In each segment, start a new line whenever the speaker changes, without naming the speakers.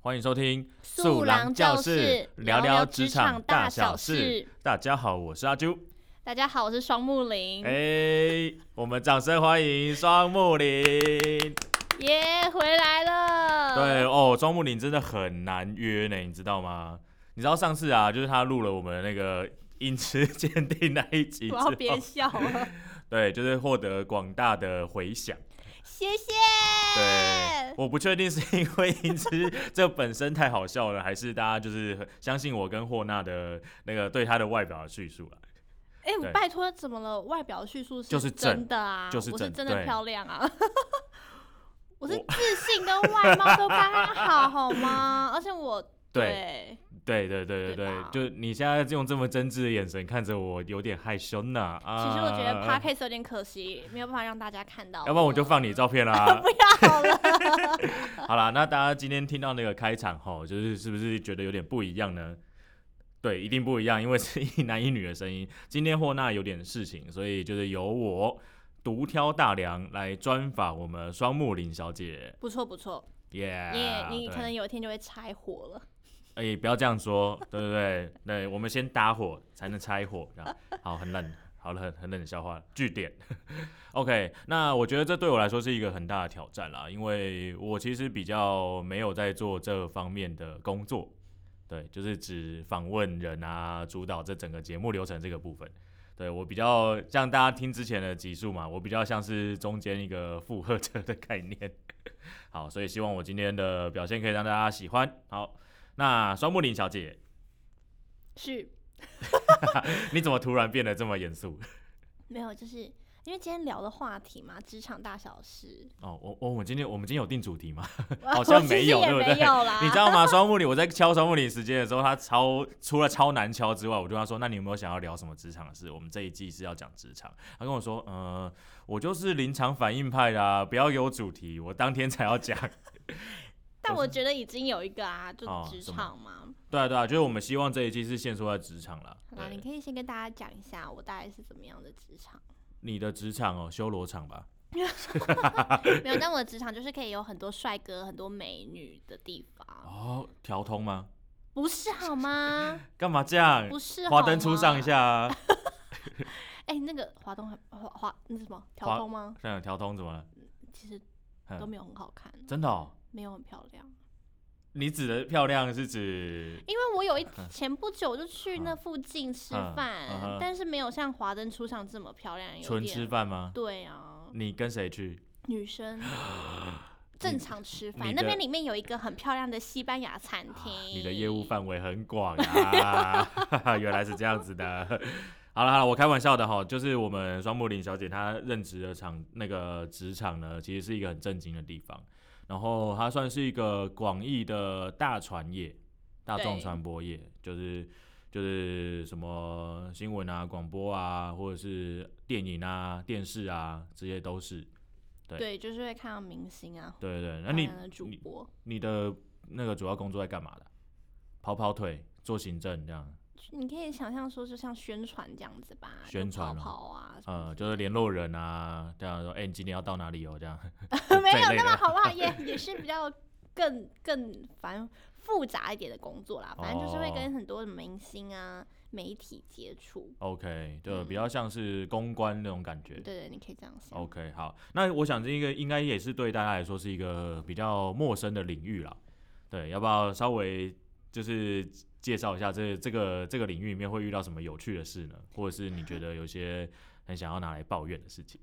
欢迎收听《
素
狼
郎教
室
室》，
聊
聊
聊
聊
职
职
场
场
大
大
小
小
事
事。
大家好，我是阿啾。
大家好，我是双木林，
哎、
耶、
我们掌声欢迎双木林。
回来了。
对，哦，双木林真的很难约呢，你知道吗？你知道上次啊，就是他录了我们那个音质鉴定那一哦集之
我
后
要，憋笑了，
对，就是获得广大的回响。
谢谢。哎
对，我不确定是因为音之这本身太好笑了，还是大家就是很相信我跟霍娜的那个对他的外表的叙述了。
哎、
对
拜托，怎么了？外表叙述
就是正
真的啊，
就是
我
正
是真
对
的漂亮啊。 我是
我
自信跟外貌都刚刚好，好 吗？而且我
对
对
对对对对
对
对
吧，
就你现在用这么真挚的眼神看着我，有点害羞呢。啊，
其实我觉得 podcast 有点可惜，没有办法让大家看到。
要不然我就放你照片啦。
不 要了。
好啦，那大家今天听到那个开场吼，就是是不是觉得有点不一样呢？对，一定不一样，因为是一男一女的声音。今天霍娜有点事情，所以就是由我独挑大梁来专访我们双木林小姐。
不错 不错，
耶、
你也你
啊对
可能有一天就会拆火了。
哎、不要这样说，对对对，对我们先搭火才能拆火，这样好，很冷，好了，很很冷的笑话，据点。OK，那我觉得这对我来说是一个很大的挑战啦，因为我其实比较没有在做这方面的工作，对，就是指访问人啊，主导这整个节目流程这个部分。对我比较像大家听之前的集数嘛，我比较像是中间一个附和者的概念。 好，所以希望我今天的表现可以让大家喜欢。好，那双木林小姐，
是，
你怎么突然变得这么严肃？
没有，就是因为今天聊的话题嘛，职场大小 事，
哦，我我我们今天我们今天有定主题吗？
我
好像
我其
没
实
有
也
对不
没
对
有啦。
你知道吗？ 双木林，我在敲双木林时间的时候，他超除了超难敲之外，我就跟他说：“那你有没有想要聊什么职场的事？我们这一季是要讲职场。”他跟我说：“呃，我就是临场反应派的、啊，不要有主题，我当天才要 讲。”
但我觉得已经有一个啊，就
哦
职
什么
场嘛。
对啊，对啊，就是我们希望这一季是限缩在职场啦。
好啦，你
对，
可以先跟大家讲一下我大概是怎么样的职场。
你的职场哦，修罗场吧。
没有，但我的职场就是可以有很多帅哥、很多美女的地方，
哦，调通吗？
不是好吗？
干嘛这样？
不是
华
好
灯初上一
吗。
下啊！
哎、那个华东很华华那什么
华
调通吗？
像调通怎么了？
其实
嗯
都没有很好看，
真的哦，
没有很漂亮。
你指的漂亮是指
因为我有一
嗯
前不久就去那附近吃
嗯
饭，
嗯哼
但是没有像华灯初上这么漂亮，有
纯
点
吃饭吗？
对啊，
你跟谁去？
女生正常吃
你
饭。
的
那边里面有一个很漂亮的西班牙餐厅，
你的业务范围很广啊， 原来是这样子的。好了好了，我开玩笑的哈，就是我们双木林小姐她任职的场那个职场呢，其实是一个很正经的地方，然后它算是一个广义的大传业、大众
对
传播业，就是就是什么新闻啊、广播啊，或者是电影啊、电视啊，这些都是。对
对，就是会看到明星啊，
对对对，那
漂
你
亮的主
你
播
你的那个主要工作在干嘛的？跑跑腿，做行政这样，
你，可以想象说，就像宣传这样子吧，就
宣传
跑
哦
跑啊，什
呃，
么
就是联络人啊，这样说，哎、你今天要到哪里哦？这样，
的没
这一
有
类
那么
的
好不好？也 也是比较更更反复杂一点的工作啦，反正就是会
哦
跟很多明星啊、媒体接触。
OK，就比较像是公关那种感觉。
嗯对对，你可以这样想。
OK，好，那我想这个应该也是对大家来说是一个比较陌生的领域啦。对，要不要稍微就是介绍一下这这个这个领域里面会遇到什么有趣的事呢？或者是你觉得有些很想要拿来抱怨的事 情？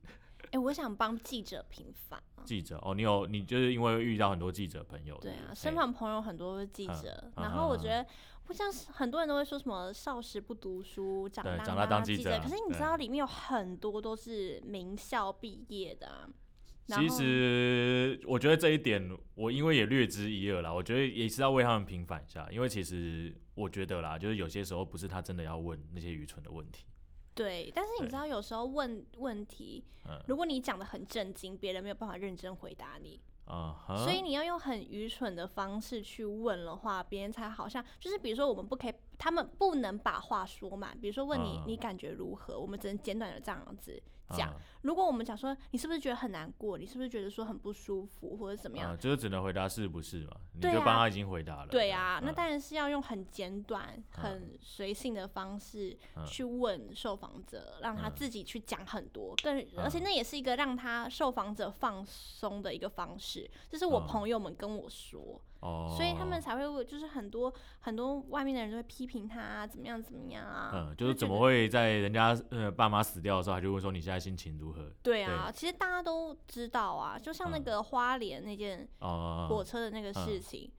哎、我想帮记者平反啊。
记者哦，你有你就是因为遇到很多记者朋友，
对啊，
嘿
身旁朋友很多都是记
嗯
者，
嗯
然后我
嗯
觉得不像是很多人都会说什么少时不读书，长
对
大
长大
妈
当记
记
者啊
可是你知
对
道里面有很多都是名校毕业的啊、然
其
后
实我觉得这一点，我因为也略知一二啦，我觉得也是要为他们平反一下，因为其实我觉得啦，就是有些时候不是他真的要问那些愚蠢的问题，
对，但是你
对
知道有时候问问题，
嗯
如果你讲的很震惊，别人没有办法认真回答你，
啊哈，
所以你要用很愚蠢的方式去问的话，别人才好像就是比如说我们不可以他们不能把话说满，比如说问你、
嗯
你感觉如何，我们只能简短的这样子
啊
讲。如果我们讲说你是不是觉得很难过，你是不是觉得说很不舒服或者怎么样，
啊，就是只能回答是不是嘛？你
对
就帮
啊
他已经回答了。
对
这样
啊，那
嗯
当然是要用很简短、很随性的方式
嗯
去问受访者，让他
嗯
自己去讲很多，更而且那也是一个让他受访者放松的一个方式。这是我
嗯
朋友们跟我说，
哦，
所以他们才会就是很多很多外面的人都会批评他、啊、怎么样怎么样啊，
嗯，就是
觉
怎么
得
会在人家呃爸妈死掉的时候，他就问说你现在心情如何？
对啊？其实大家都知道啊，就像那
嗯
个花莲那件
哦、
火车的那个事情，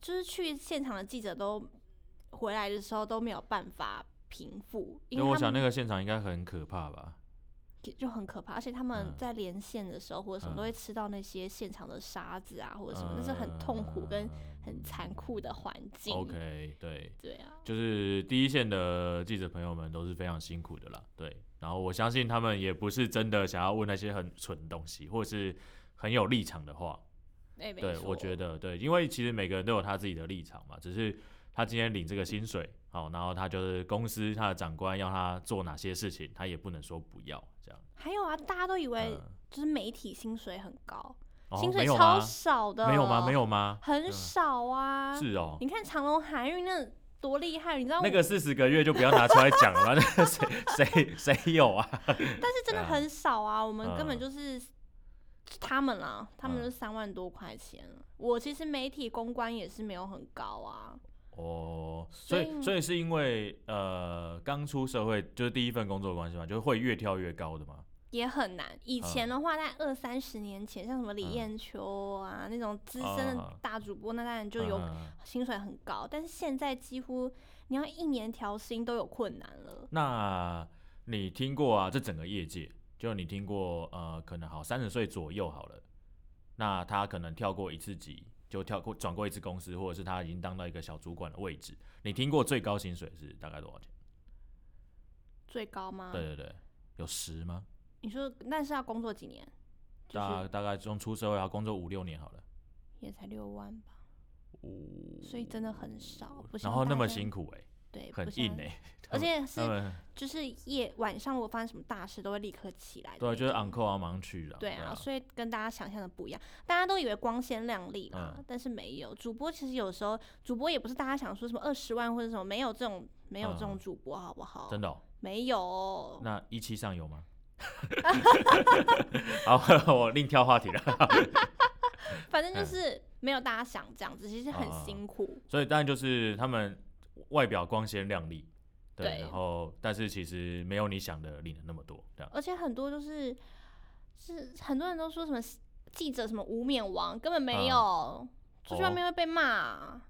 就是去现场的记者都回来的时候都没有办法平复，因
因为我
为
想
他
那
们
个现场应该很可怕吧？
就很可怕，而且他们
嗯
在连线的时候或者什么
嗯
都会吃到那些现场的沙子啊或者什么，那是很痛苦跟很残酷的环境。
嗯 OK，对，
对啊，
就是第一线的记者朋友们都是非常辛苦的啦，对。然后我相信他们也不是真的想要问那些很蠢的东西，或者是很有立场的话，
哎，没
对，我
错
觉得对，因为其实每个人都有他自己的立场嘛，只是他今天领这个薪水，好，然后他就是公司他的长官要他做哪些事情，他也不能说不要这样。
还有啊，大家都以为
嗯
就是媒体薪水很高，
哦
薪水
没有
超
吗？
少的，
没有吗？没，有吗？
很
嗯
少啊。
是哦，
你看长隆海运那多厉害，你知道
那
我
个四十个月就不要拿出来讲了吧，那 谁谁谁有啊？
但是真的
对啊
很少啊，我们根本
嗯
就是、他们啦，他们
嗯
就三万多块钱。我其实媒体公关也是没有很高啊，
哦，所
所以
以所以是因为呃刚出社会就是第一份工作的关系嘛，就是会越跳越高的嘛。
也很难。以前的话，在二三十年前，像什么李
嗯
艳秋啊、那种资深
啊
的大主播，那当然就有
嗯嗯嗯
薪水很高。但是现在几乎你要一年调薪都有困难了。
那你听过啊？这整个业界，就你听过呃，可能好三十岁左右好了，那他可能跳过一次级，就跳过转过一次公司，或者是他已经当到一个小主管的位置。你听过最高薪水是大概多少钱？
最高吗？
对对对，有十吗？
你说那是要工作几年？就
大
是
大概从出社会要工作五六年好了，
也才六万吧，所以真的很少。不
然后那么辛
辛，
苦哎、
对，
很
不像
硬哎、
而且
他
是
们
就是夜晚上，如果发生什么大事，都会立刻起来的
对
那
啊，
种。
就是昂扣啊，忙去了。
对啊，所以跟大家想象的不一样。大家都以为光鲜亮丽啦，
嗯
但是没有。主播其实有时候，主播也不是大家想说什么二十万或者什么，没有这种没有这种
嗯
主播，好不好？
真的、哦。
没有。
那一期上有 吗？ 好，我另挑话题了。
反正就
嗯
是没有大家想这样子，其实很
嗯嗯嗯
辛苦。
所以当然就是他们外表光鲜亮丽，对，
对
然后但是其实没有你想的领的那么多，这样。
而且很多就是是很多人都说什么记者什么无冕王，根本没
嗯
有，出
哦
去外面会被骂、啊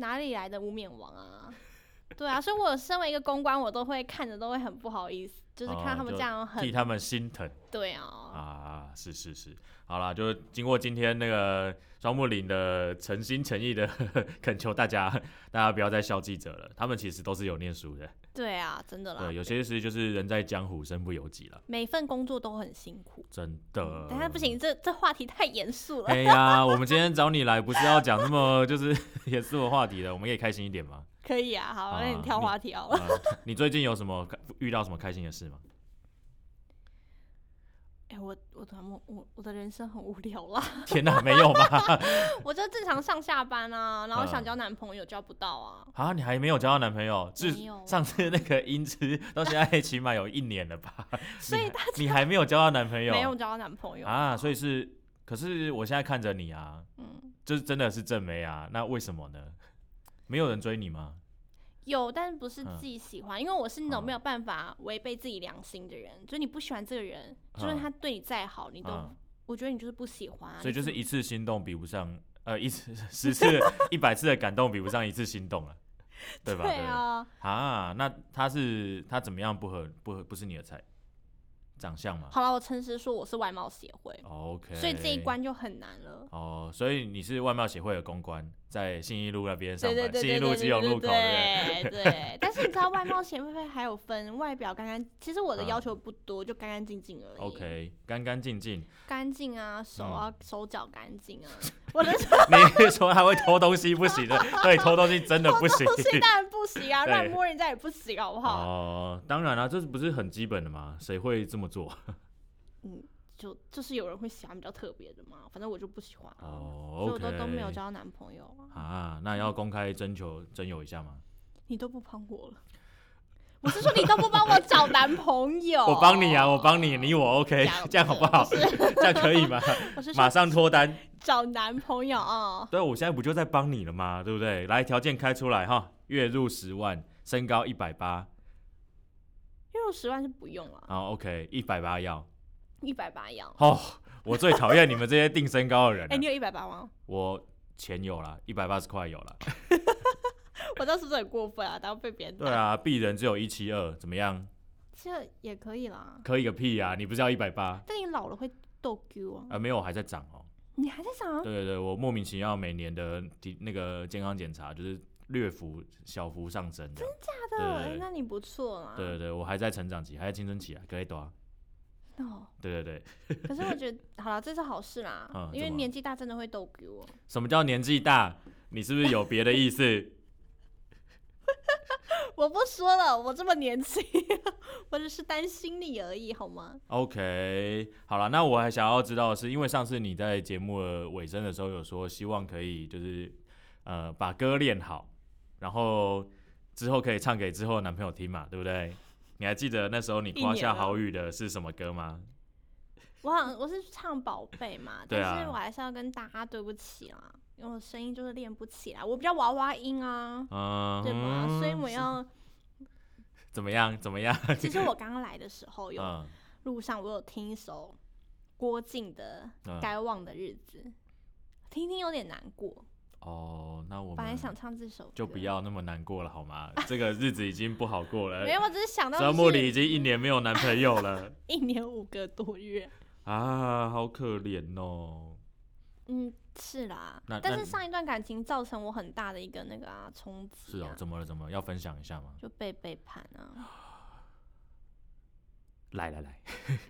哪里来的无冕王啊？ 对啊，所以我身为一个公关，我都会看着都会很不好意思，就是看到
哦
他们
就
这样很、
替他们心疼
对啊，
啊！是是是，好啦，就是经过今天那个双木林的诚心诚意的 恳求大家，大家不要再笑记者了，他们其实都是有念书的，
对啊，真的啦
对，，有些事就是人在江湖身不由己了，
每份工作都很辛苦。
真的。
但是不行，这这话题太严肃 了，
哎呀，我们今天找你来不是要讲那么就是 严肃的话题的，我们可以开心一点吗？
可以啊，好，
啊
那你跳
你
话 题好了。
啊你最近有什么遇到什么开心的事吗？
哎、我我突然我我我的人生很无聊啦，
天哪、没有吧？
我就正常上下班啊，然后想
嗯
交男朋友交不到啊，
啊，你还没有交到男朋友？自
没有
上次那个音痴到现在起码有一年了吧？
所以
你还你还没有交到男朋友？
没有交到男朋友。
啊，所以是，可是我现在看着你啊，
嗯，
就是真的是正妹啊，那为什么呢？没有人追你吗？
有，但是不是
嗯
自己喜欢，因为我是那
嗯
种没有办法违背自己良心的人，就是你不喜欢这个人，就算
嗯
他对你再好，你都，
嗯
我觉得你就是不喜欢啊。
所以就是
你
一次心动比不上，呃，一次 十次一百次的感动比不上一次心动了，对
怎
吧？
么对啊，
啊，那他是他怎么样不合不合不是你的菜？长相吗
好了，我诚实说我是外貌协会，
？OK，
所以这一关就很难了。
哦，所以你是外貌协会的公关，在信义路那边上
对对
班，
对
信义
对
路
对
基隆路口
对
对
对对。但是你 知道外貌协会还有分外表干干，其实我的
嗯
要求不多，就干干净净而已。
不对，OK，干干净净。
干净啊，手
嗯
啊手脚干净 啊。我的
你是说他会偷东西不行的， 对，偷东西真的不 行。
东西当哦然不行 啊，
对
乱摸人家也不行，好不好？
哦，当然啦、这是不是很基本的嘛？谁会这么做？
就就是有人会喜欢比较特别的嘛，反正我就不喜欢啊，所以
哦
我
，OK，
都都没有交到男朋友啊。
啊，那要公开征求征友一下吗？
你都不帮我了， 我是说你都不帮我找男朋友，
我帮你啊，我帮你，你我 OK，这 样好不好？
哦不是，
这样可以吗？
我是
马
说
上脱单。
找男朋友啊，
对，我现在不就在帮你了吗？对不对？来，条件开出来哈，月入十万，身高一百八，
月入十万是不用了，
好 OK，一百八要。
一百八要。
哦，我最讨厌你们这些定身高的人了、啊
哎，你有一百八吗？
我钱有啦，一百八十块有啦。
我当时不是很过分啊，当被别人
对
打，
啊，鄙人只有一七二，怎么样？
这也可以啦。
可以个屁啊！你不是要一百八？
但你老了会逗丢啊，
啊，没有，我还在涨哦。
你还在想啊
对对对，我莫名其妙每年的体那个健康检查就是略幅小幅上升这样。
真的？
对对
哎
对
那你不错啦。
对对对，我还在成长期，还在青春期啊，可以多啊。
哦，
对对对，
可是我觉得好了，这是好事啦，
嗯怎
因为
么
年纪大真的会逗给我。
什么叫年纪大？你是不是有别的意思？
我不说了，我这么年轻， 我只是担心你而已，好吗？
OK，好了，那我还想要知道的是，因为上次你在节目的尾声的时候有说，希望可以就是呃把歌练好，然后之后可以唱给之后男朋友听嘛，对不对？你还记得那时候你
一
夸
年
下
了
好雨的是什么歌吗？
我好像我是唱宝贝嘛，
对啊
但是我还是要跟大家对不起啦，因为我声音就是练不起来，我比较娃娃音啊，
嗯，
对吧？所以我
是
要，
怎么样？怎么样？
其实我刚刚来的时候有
嗯
路上我有听一首郭靖的
嗯
《该忘的日子》，听听有点难过，
哦，那我
本来
们
想唱这首歌，
就不要那么难过了好 吗？这个日子已经不好过了
没，有，我只是想 到
泽
就
木
是
里已经一年没有男朋友 了
一年五个多月。
啊，好可怜哦。
嗯，是啦
那，
但
那
是
你
上一段感情造成我很大的一个那个啊冲
是
击
哦
啊，，
怎么了？怎么了要分享一下吗？
就被背叛啊，
来来来，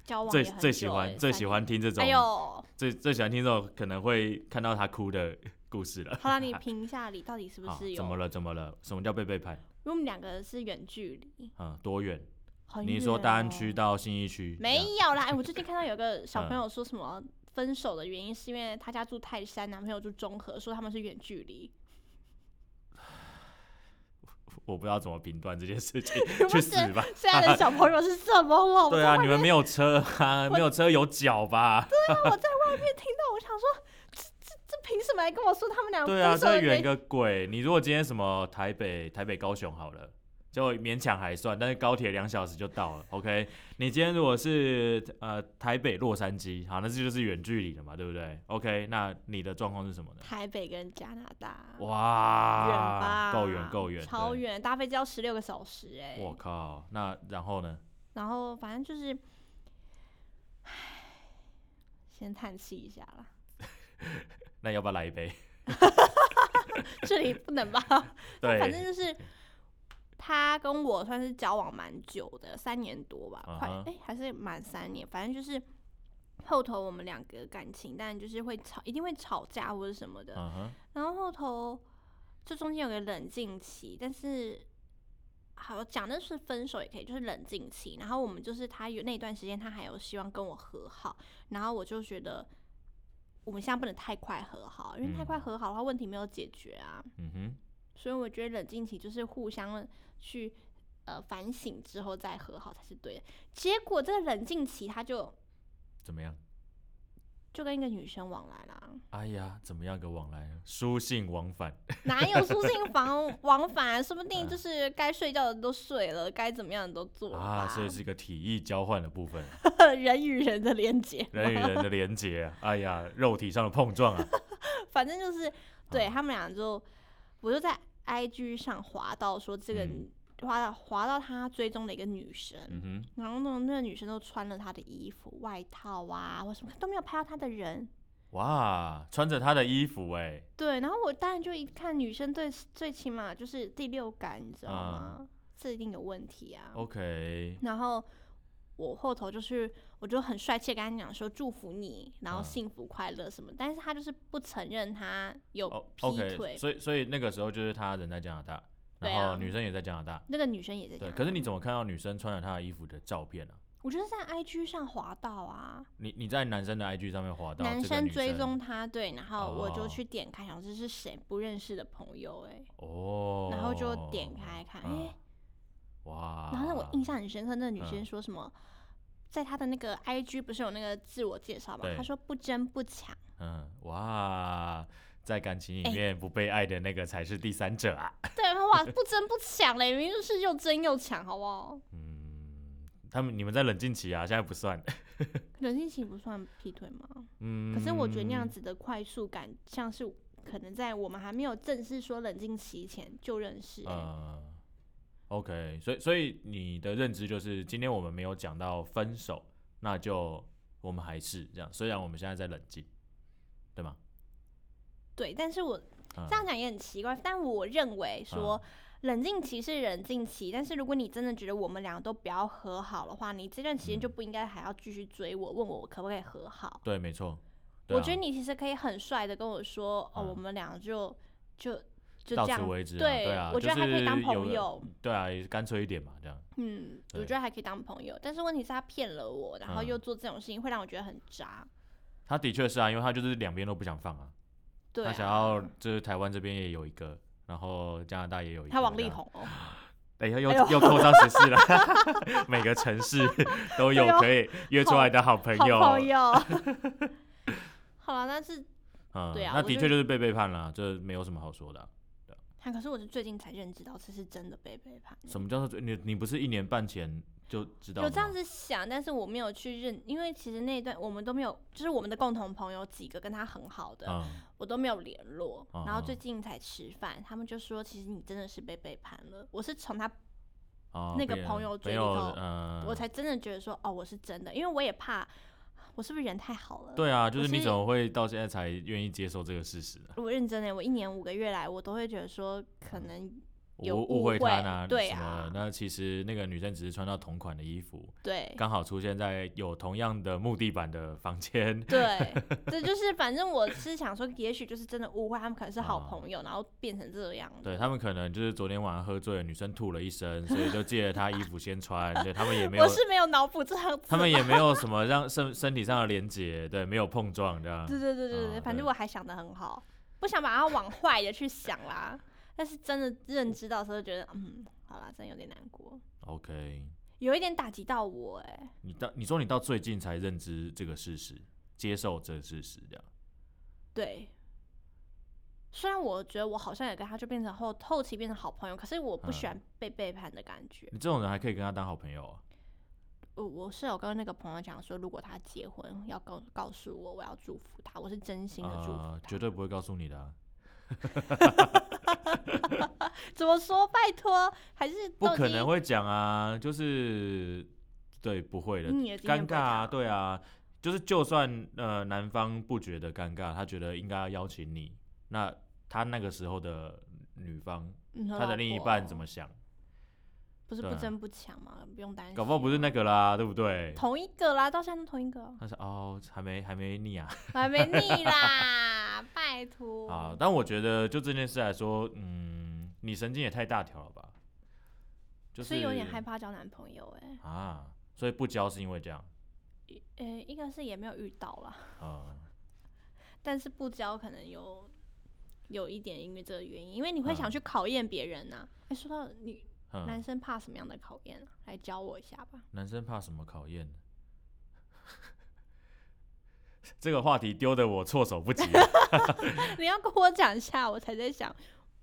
交往
最
也很久
最喜
欸
欢最喜欢，听这
三
种，
年哎呦，好
最最喜欢听这种可能会看到他哭的故事了。
啦，你评一下你到底是不
好
是有？
怎么了？怎么了？什么叫被背叛？
因为我们两个是远距离，
嗯，多远？
很
你说
远
大安
哦
区到信义区？
没
这样嗯
有啦？哎，我最近看到有个小朋友说什么分手的原因是因为他家住泰山，男朋友住中和，说他们是远距离，
我不知道怎么评断这件事情
不，
去
是
死吧！
现在的小朋友是什么了？
对啊，你们没有车啊，没有车有脚吧？
我在外面听到，我想说，这这这凭什么来跟我说他们俩
对啊，
分手的
这
原
远
因？
个鬼！你如果今天什么台北、台北、高雄好了，就勉强还算，但是高铁两小时就到了。OK，你今天如果是呃台北、洛杉矶，好，那这就是远距离的嘛，对不对？OK，那你的状况是什么呢？
台北跟加拿大，远
哇，
吧？
够远够远，
超
对！
远，搭飞机要十六个小时哎、
我靠，那然后呢？
然后反正就是，唉，先叹气一下啦，
那要不要来一 杯？
这里 不能吧？
对，
反正就是。他跟我算是交往蛮久的，三年多吧快
嗯
哎、
哼
还是满三年。反正就是后头我们两个感情，但就是会吵，一定会吵架或者什么的。
嗯哼，
然后后头就中间有个冷静期，但是好讲的是分手也可以，就是冷静期。然后我们就是他有那段时间，他还有希望跟我和好，然后我就觉得我们现在不能太快和好，因为太快
嗯
和好的话问题没有解决啊。
嗯哼，
所以我觉得冷静期就是互相去呃反省之后再和好才是对的。结果这个冷静期他就
怎么样？
就跟一个女生往来啦。
哎呀，怎么样个往来呢？书信往返，
哪有书信往往返？说 不
嗯
定就是该睡觉的都睡了，该怎么样的都做了
啊，
吧。
所以是一个体意交换的部分，
人与人的连接，
人与人 的连接、啊，哎呀，肉体上的碰撞啊，
反正就是对他们俩就，我就在 IG 上滑到说这个、
嗯
滑到滑到他追踪的一个女生，
嗯
然后呢那个女生都穿了她的衣服、外套啊或什么，都没有拍到她的人，
哼，哇，穿着他的衣服哎、
对，然后我当然就一看女生最最起码就是第六感，你知道吗？
啊
这一定有问题啊。
o k
然后我后头就是，我就很帅气地跟他讲说祝福你，然后
嗯
幸福快乐什么，但是他就是不承认他有
哦
劈腿。
，OK，所以所以那个时候就是他人在加拿大，
对
然
啊
后女生也在加拿大，
那个女生也在
对，
讲，啊
可是你怎么看到女生穿着他的衣服的照片呢、啊？
我觉得在 IG 上滑到啊，
你你在男生的 IG 上面滑到
男
这个
生
女
追踪他，对，然后我
哦
就去点开，想这是谁不认识的朋友哎、
哦，
然后就点开看，哎、
嗯哇，
然后让我印象很深刻，那个女
嗯
生说什么，在她的那个 IG 不是有那个自我介绍嘛
对？
她说不争不抢，
嗯，哇，在感情
哎
里面不被爱的那个才是第三者啊。
对， 哇，不争不抢嘞，明明就是又争又抢，好不好？
嗯，他们你们在冷静期啊，现在不 算。
冷静期不算劈腿吗？
嗯，
可是我觉得那样子的快速感，像是可能在我们还没有正式说冷静期前就认识、欸，
呃，OK，所以所以你的认知就是，今天我们没有讲到分手，那就我们还是这样。虽然我们现在在冷静，对吗？
对，但是我
嗯
这样讲也很奇怪，但我认为说。冷静期是冷静期，但是如果你真的觉得我们两个都不要和好的话，你这段时间
嗯
就不应该还要继续追我，问我可不可以和好。
对，没错。对
我
啊
觉得你其实可以很帅的跟我说，哦，
嗯
我们两个就就就
到
这
此
样，
为止、啊，
对
对啊，
我觉得还可以
就是
当
有
朋
了
友。
对啊，也干脆一点嘛，这样。
嗯，我
对
觉得还可以当朋友。但是问题是他骗了我，然后
嗯
又做这种事情，会让我觉得很渣。
他的确是啊，因为他就是两边都不想放啊，
对、啊，
他想要就是台湾这边也有一个，然后加拿大也有一个，
他王力
这样，
宏哦，
哎呀，又
哎呦
又扣上十四了，每个城 市都有
哎呦
可以约出来的好朋
好
友，
朋友。 好了，但是
嗯，
对啊
那
我
的
就
确就是被背叛了，这没有什么好说的啊、
啊，可是我是最近才认知到这是真的被背叛。
什么叫做你你不是一年半前就知道
有这样
吗
子想，但是我没有去认，因为其实那一段我们都没有，就是我们的共同朋友几个跟他很好的，
嗯，
我都没有联络。
嗯
然后
嗯
最近才吃饭，他们就说其实你真的是被背叛了。我是从他，
哦
那个
被
朋友嘴
朋
里
友，
头
嗯，
我才真的觉得说哦，我是真的，因为我也怕我是不是人太好了。
对啊，就是
我
你
是
怎么会到现在才愿意接受这个事实呢？
我认真欸的，我一年五个月来，我都会觉得说可
嗯
能有
我
误
误会他
会
呢，
对
什么
啊
那其实那个女生只是穿到同款的衣服，
对
刚好出现在有同样的木地板的房间。
对，这就是反正我是想说，也许就是真的误会，他们可能是好
啊
朋友，然后变成这样。
对他们可能就是昨天晚上喝醉了，女生吐了一身，所以就借了她衣服先穿。对他们也没有
我，是没有脑补这样子。
他们也没有什么让身身体上的连结，对，没有碰撞这样。
对对对对对，
啊
反
对
正我还想的很好，不想把它往坏的去想啦。但是真的认知到的时候，觉得嗯，好啦，真有点难过，
OK，
有一点打击到我哎、
你到你说你到最近才认知这个事实，接受这个事实这样。
对，虽然我觉得我好像也跟他就变成后后期变成好朋友，可是我
嗯
不喜欢被背叛的感觉。
你这种人还可以跟他当好朋友啊？
我我是有跟那个朋友讲说，如果他结婚，要告告诉我，我要祝福他，我是真心的祝福他。
呃，绝对不会告诉你的啊、
怎么说？拜托，还是
不
都已
可
经
能会讲啊，就是对，不会的，
你的经验
尴尬
不会嗯
啊，
这样
对啊，就是就算呃男方不觉得尴尬，他觉得应该要邀请你，那他那个时候的女方，
你说
他的
嗯老
另一
婆
半怎么想，
不是
对
不
啊
争不抢嘛，不用担心。啊
搞不好不是那个啦，对不对？
同一个啦，到现在都同一个，
他说哦，还没还没腻啊
我还没腻啦，拜托。
啊！但我觉得就这件事来说，嗯，你神经也太大条了吧，就是
所以有点害怕交男朋友哎、
啊，所以不交是因为这样
呃、一个是也没有遇到啦，
啊，
但是不交可能有有一点因为这个原因，因为你会想
嗯
去考验别人呐、哎、说到你、男
嗯，
生怕什么样的考验啊？来教我一下吧。
男生怕什么考验？ 这个话题丢的我措手不及啊。
你要跟我讲一下，我才在想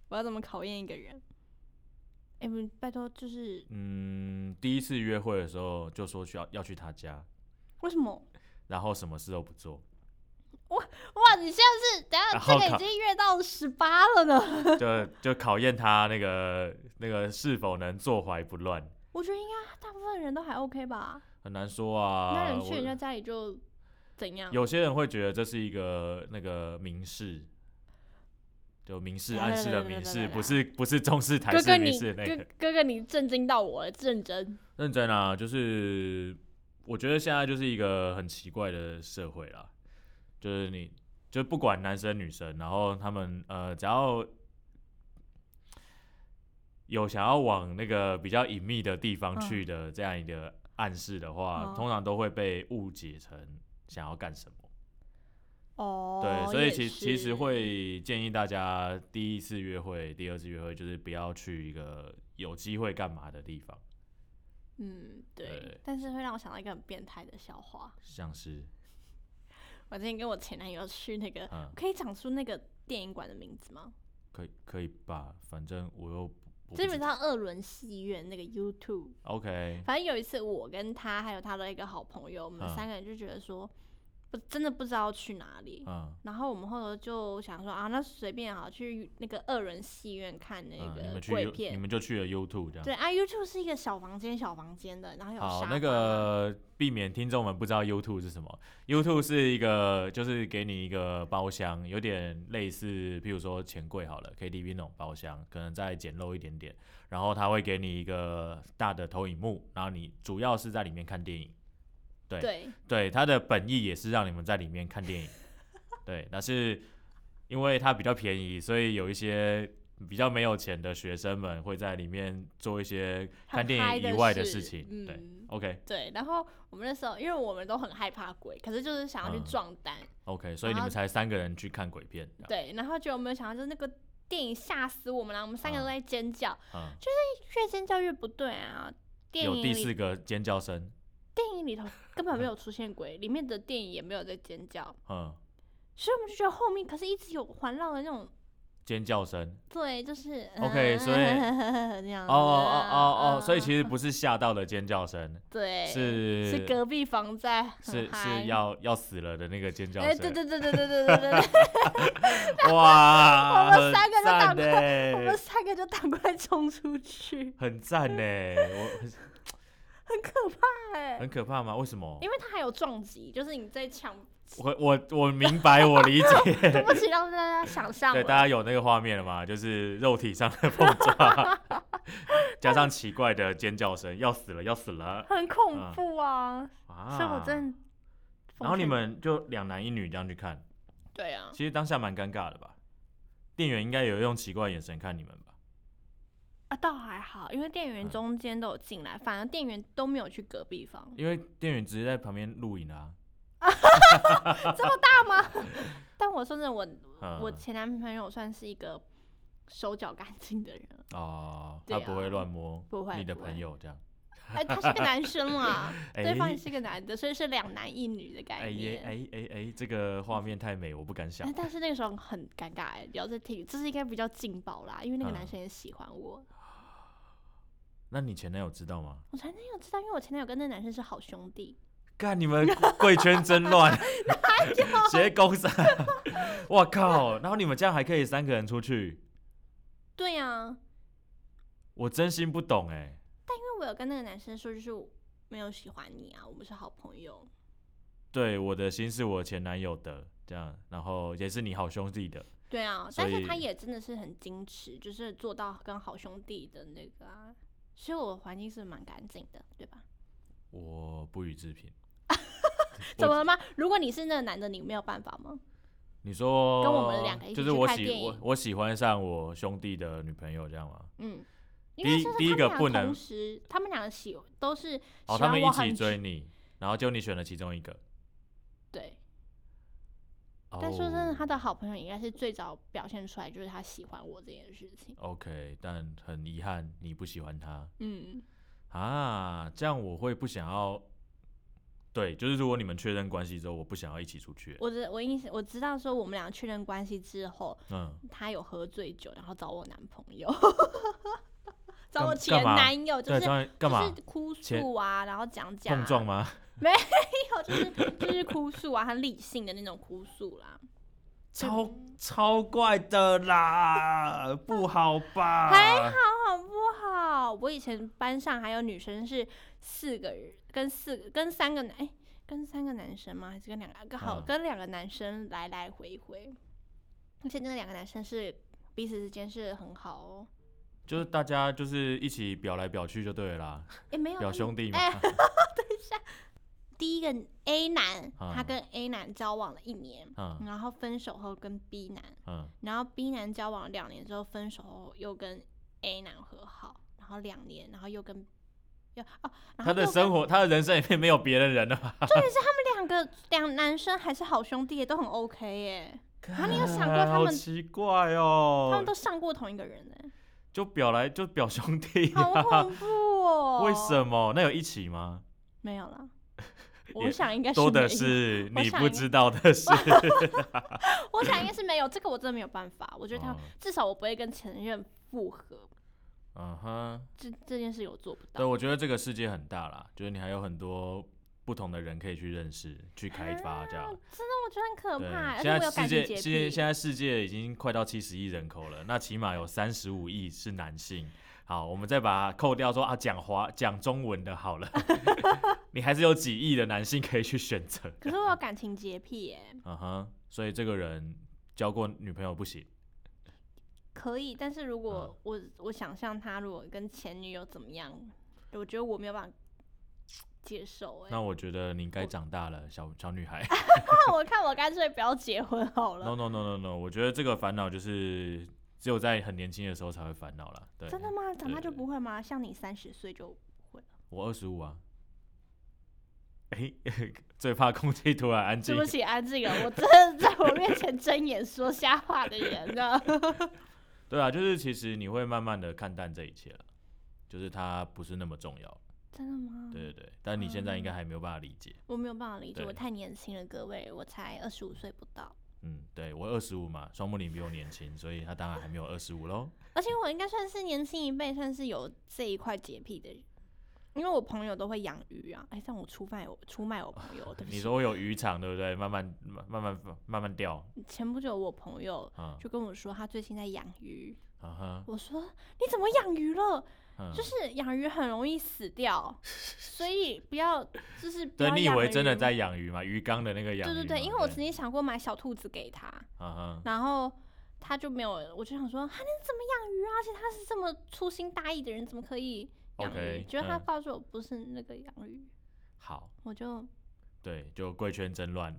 我要怎么考验一个人。哎、不，拜托，就是
嗯，第一次约会的时候就说需要要去他家，
为什么？
然后什么事都不 做，
哇，你现在是等一下
然后
这个
考
已经越到十八了呢。
就就考验他那个那个是否能坐怀不乱，
我觉得应该大部分人都还 OK 吧。
很难说啊。
那你
我
去人家家里就怎样？
有些人会觉得这是一个那个明示，就明示
来
暗
来
示
来
的
来
明
来
示，
来
不
来
是不是中式台
哥哥
式明
你
示的那
哥
个。
哥哥你震惊到我了，认真。
认真啊，就是我觉得现在就是一个很奇怪的社会啦，就是你就不管男生女生，然后他们呃只要有想要往那个比较隐秘的地方
嗯
去的这样一个暗示的话，
哦
通常都会被误解成想要干什么。
哦，
对，所以
也
其其
是
实会建议大家第一次约会、第二次约会就是不要去一个有机会干嘛的地方，
嗯对
对，
但是会让我想到一个很变态的笑话。
像是
我之前跟我前男友去那个，
嗯
我可以讲出那个电影馆的名字吗？
可以可以吧，反正我又我不
基
知
本上二轮戏院那个 YouTube，
OK，
反正有一次我跟他还有他的一个好朋友，我们
嗯
三个人就觉得说，不真的不知道去哪里。
嗯
然后我们后头就想说啊，那随便好去那个二轮戏院看那
嗯，你
个
们去
鬼
U- 你
片。
们就去了 U Two 这样。
对啊，YouTube 是一个小房间小房间的，然后有沙
好，
发
哦那
嘛
个避免听众们不知道 U Two 是什么，U Two 是一个就是给你一个包厢，有点类似，譬如说钱柜好了，KTV 那种包厢，可能再简陋一点点，然后他会给你一个大的投影幕，然后你主要是在里面看电影。对
对
对，它的本意也是让你们在里面看 电影。对，但是因为它比较便宜，所以有一些比较没有钱的学生们会在里面做一些看
很
电
嗨
影以
的
外的
事
事情。对
嗯
，OK
对。然后我们那时候，因为我们都很害怕鬼，可是就是想要去
嗯
壮胆，
OK，所以你
然后
们才三个人去看鬼片。这样，
对。然后就有没有想到，就是那个电影吓死我们了，我们三个都
嗯
在尖叫，
嗯，
越尖叫越不对啊。电
有
影
第
里
四个尖叫声。
电影里头根本没有出现鬼，里面的电影也没有在尖叫，
嗯，
所以我们就觉得后面可是一直有环绕的那种，
尖叫声。
对，就是
OK，所以
这样
哦
子
哦哦哦，所以其
实
实不是吓到的尖叫声，
对
是
是隔壁房在很
是
嗨
是要要死了的那个尖叫
哎、
声。
对对对对对对对对对，
哇，
我们三个就打
很赞 欸
我们三个就赶快冲出去，
很赞呢， 我
很可怕哎、
很可怕吗？为什么？
因为他还有撞击，就是你在抢，
我我我明白，我 理解。
对不起让大家想象
对，
了，
大家有那个画面了吗？就是肉体上的碰 撞，加上奇怪的尖叫声，要死了，要死了
很恐怖啊，
啊！
所以我真的
然后你们就两男一女这样去看，
对啊，
其实当下蛮尴尬的吧？店员应该有用奇怪的眼神看你们吧？
啊，倒还好，因为店员
嗯
中间都有进来，反而店员都没有去隔壁房。
因为店员直接在旁边录影啊。
但我说真的，我、
嗯
我前男朋友算是一个手脚干净的人，
哦，
对
他
啊
不会乱摸
不会
你的
不会
朋友这样。
哎、他是个男生啦，
哎
对方也是个男的，所以是两男一女的概
哎耶
念。
哎哎哎，这个画面太美，我不敢想
哎。但是那个时候很尴尬、哎，聊着听，这是应该比较劲爆啦，因为那个男
嗯
生也喜欢我。
那你前男友知道吗？
我前男友知道，因为我前男友跟那个男生是好兄弟。
干你们贵圈真乱， 谁公司？ 我靠！然后你们这样还可以三个人出去，
对呀、啊，
我真心不懂哎、
但因为我有跟那个男生说，就是我没有喜欢你啊，我们是好朋友。
对，我的心是我前男友的，这样，然后也是你好兄弟的，
对
所
啊，但是他
以
也真的是很矜持，就是做到跟好兄弟的那个啊。所以我的环境是蛮干净的，对吧？
我不予置评。
怎么了吗？如果你是那个男的，你没有办法吗？
你说
跟我们两个一起
就是
去
我
看
喜
电
我
影
我喜欢上我兄弟的女朋友这样吗？
嗯，
第
应该
一
说
第一
是
个
他
不
们俩
能
同时，他们两个喜都是喜
哦，他
欢
们
我
一起
很
追
久，
你，然后就你选了其中一个。
对。但
哦
说真的，他的好朋友应该是最早表现出来，就是他喜欢我这件事情。
哦 OK，但很遗憾你不喜欢他。
嗯，
啊，这样我会不想要。对，就是如果你们确认关系之后，我不想要一起出去。
我的我印象我知道说我们俩确认关系之后，
嗯，
他有喝醉酒，然后找我男朋友，
干
找我
干
前
嘛
男友，就
对，
是
当然干嘛
就是哭
前
诉啊，然后讲讲啊
碰撞， 吗？
没有，就是就是哭诉啊，很理性的那种哭诉啦。
超超怪的啦，不好吧？
还好好不好？我以前班上还有女生是四个人，跟四跟三个男，哎、跟三个男生吗？还是跟两个？跟好，
嗯
跟两个男生来来回回，而且那两个男生是彼此之间是很好哦。
就是大家就是一起表来表去就对了啦，
哎，没有
表
他们
兄弟嘛。
哎第一个 A 男，他
嗯
跟 A 男交往了一年，
嗯
然后分手后跟 B 男，
嗯，
然后 B 男交往了两年之后分手后又跟 A 男和好，然后两年，然后又跟又哦，然后
他的
又跟
生活，他的人生里面没有别的人了吧？
两个两男生还是好兄弟耶，都很 OK 耶，啊你有想过
干
他
好
们
奇怪
他们
哦，
都上过同一 个人呢，
就表来就表兄弟
好
啊？
恐怖哦！
为什么？那有一起吗？
没 有啦？
也
我想应该是
多的
没有，
是
我
你
想
不
应
知道的事。
我想应该是没有，这个我真的没有办法。我觉得他、
哦
至少我不会跟前任复合，
嗯哼，
这这件事我做不
对，
到。
我觉得这个世界很大啦，就是你还有很多不同的人可以去认识、去开发这样。
真的我觉得啊很可
对
怕，，而且
现
我
在
有
世
感情
界
洁
世界
癖
现。在世界已经快到七十亿人口了，那起码有三十五亿是男性。好，我们再把它扣掉说啊，讲华讲中文的好了， 你还是有几亿的男性可以去选择。
可是我有感情洁癖耶，
嗯哼，所以这个人交过女朋友不行，
可以，但是如
嗯
果我、我想象他如果跟前女友怎么样，我觉得我没有办法接受哎。
那我觉得你应该长大了，小小女孩。
那 我看我干脆不要结婚好了。
No no no no no，我觉得这个烦恼就是只有在很年轻的时候才会烦恼啦。对，
真的吗？长大
对
就不会吗？像你三十岁就不会了？
我二十五啊。 哎、最怕空气突然安静
对不。起，安静哦了，我真的在我面前睁眼说瞎话的人呢。
对啊，就是其实你会慢慢的看淡这一切了，就是它不是那么重要。
真的吗？
对对对，但你现在应
嗯
该还没有办法理解。
我没有办法理解，
对
我太年轻了，各位，我才二十五岁不到，
嗯，对我二十五嘛，双木林比我年轻，所以他当然还没有二十五 喽。
而且我应该算是年轻一辈，算是有这一块洁癖的人。因为我朋友都会养鱼啊，哎、让我出卖我出卖我 朋友，对不
你
起。
说我有渔场对不对？慢慢慢慢慢慢掉
前不久我朋友
啊
嗯就跟我说，他最近在养鱼。
啊哈，
我说你怎么养鱼了？
嗯
就是养鱼很容易 死掉，所以不要就是不
对
要
你以
养
为
鱼
真的在养鱼吗？鱼缸的那个养
对
鱼嘛。
对对，因为我曾经想过买小兔子给他，
啊哈，
然后他就没有，我就想说，他能怎么养鱼啊？而且他是这么粗心大意的人，怎么可以养鱼
OK，
结果他
嗯
告诉我不是那个养鱼，
好，
我就
对，就贵圈真乱。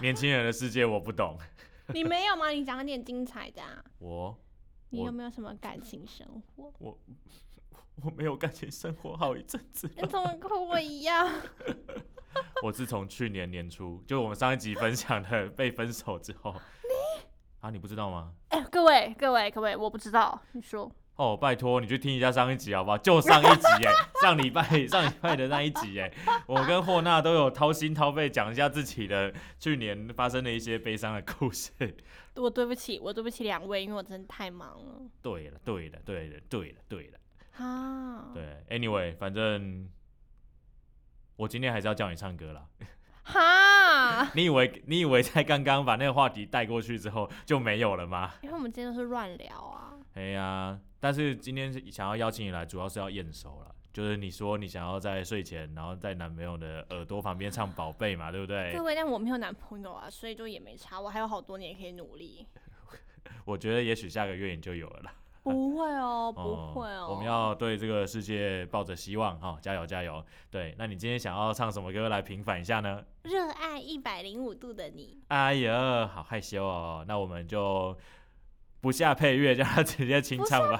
年轻人的世界我不懂，
你没有吗？你讲点精彩的啊！
我
你
我
有没有什么感情生活？
我没有感情生活好一阵子
你怎么跟我一样？
我自从去年年初，就我们上一集分享的被分手之后，你啊，你不知道吗？
哎、各位各位各位，我不知道，你说
哦，拜托你去听一下上一集好不好？就上一集耶，上礼拜上礼拜的那一集耶，我跟霍娜都有掏心掏肺讲一下自己的去年发生的一些悲伤的故事。
我对不起，我对不起两位，因为我真的太忙了
对了，对了，对了，对了，对了，
啊。
对，anyway，反正我今天还是要叫你唱歌啦。
哈，
你以为 你以为在刚刚把那个话题带过去之后就没有了吗？
因为我们今天都是乱聊啊。
哎呀，但是今天是想要邀请你来，主要是要验收了。就是你说你想要在睡前，然后在男朋友的耳朵旁边唱《宝贝》嘛，对不对
各？位，但我没有男朋友啊，所以就也没差，我还有好多年可以努 力。
我觉得也许下个月你就有了啦。
不会哦，
哦
不会哦。
我们要对这个世界抱着希望哈、加油加油！对，那你今天想要唱什么歌来平反一下呢？
热爱一百零五度的你。
哎呀，好害羞哦。那我们就不下配乐，让他直接清唱吧。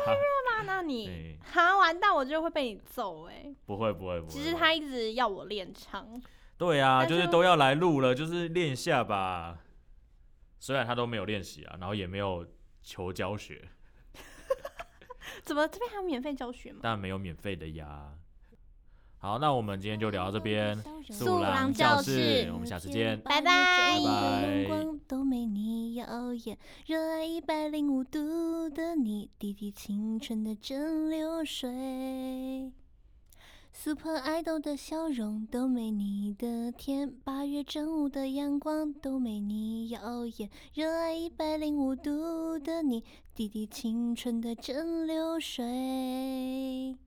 那啊那你
对
哈完蛋，我就会被你揍哎、
不会哎不会不会。
其实
不会
他一直要我练唱，
对啊，
但
就是
是
都要来录了，就是练一下吧。虽然他都没有练习啊，然后也没有求教学，
怎么这边还有免费教学吗？
但没有免费的呀。好，那我们今天就聊到这边，
素
狼
狼
教
教
室
室，
我们下次见。
拜拜
拜拜
都没你耀眼，热爱一百零五度的你，滴滴青春的蒸馏水。Super Idol 的笑容都没你的甜，八月正午的阳光都没你耀眼，热爱一百零五度的你，滴滴青春的蒸馏水。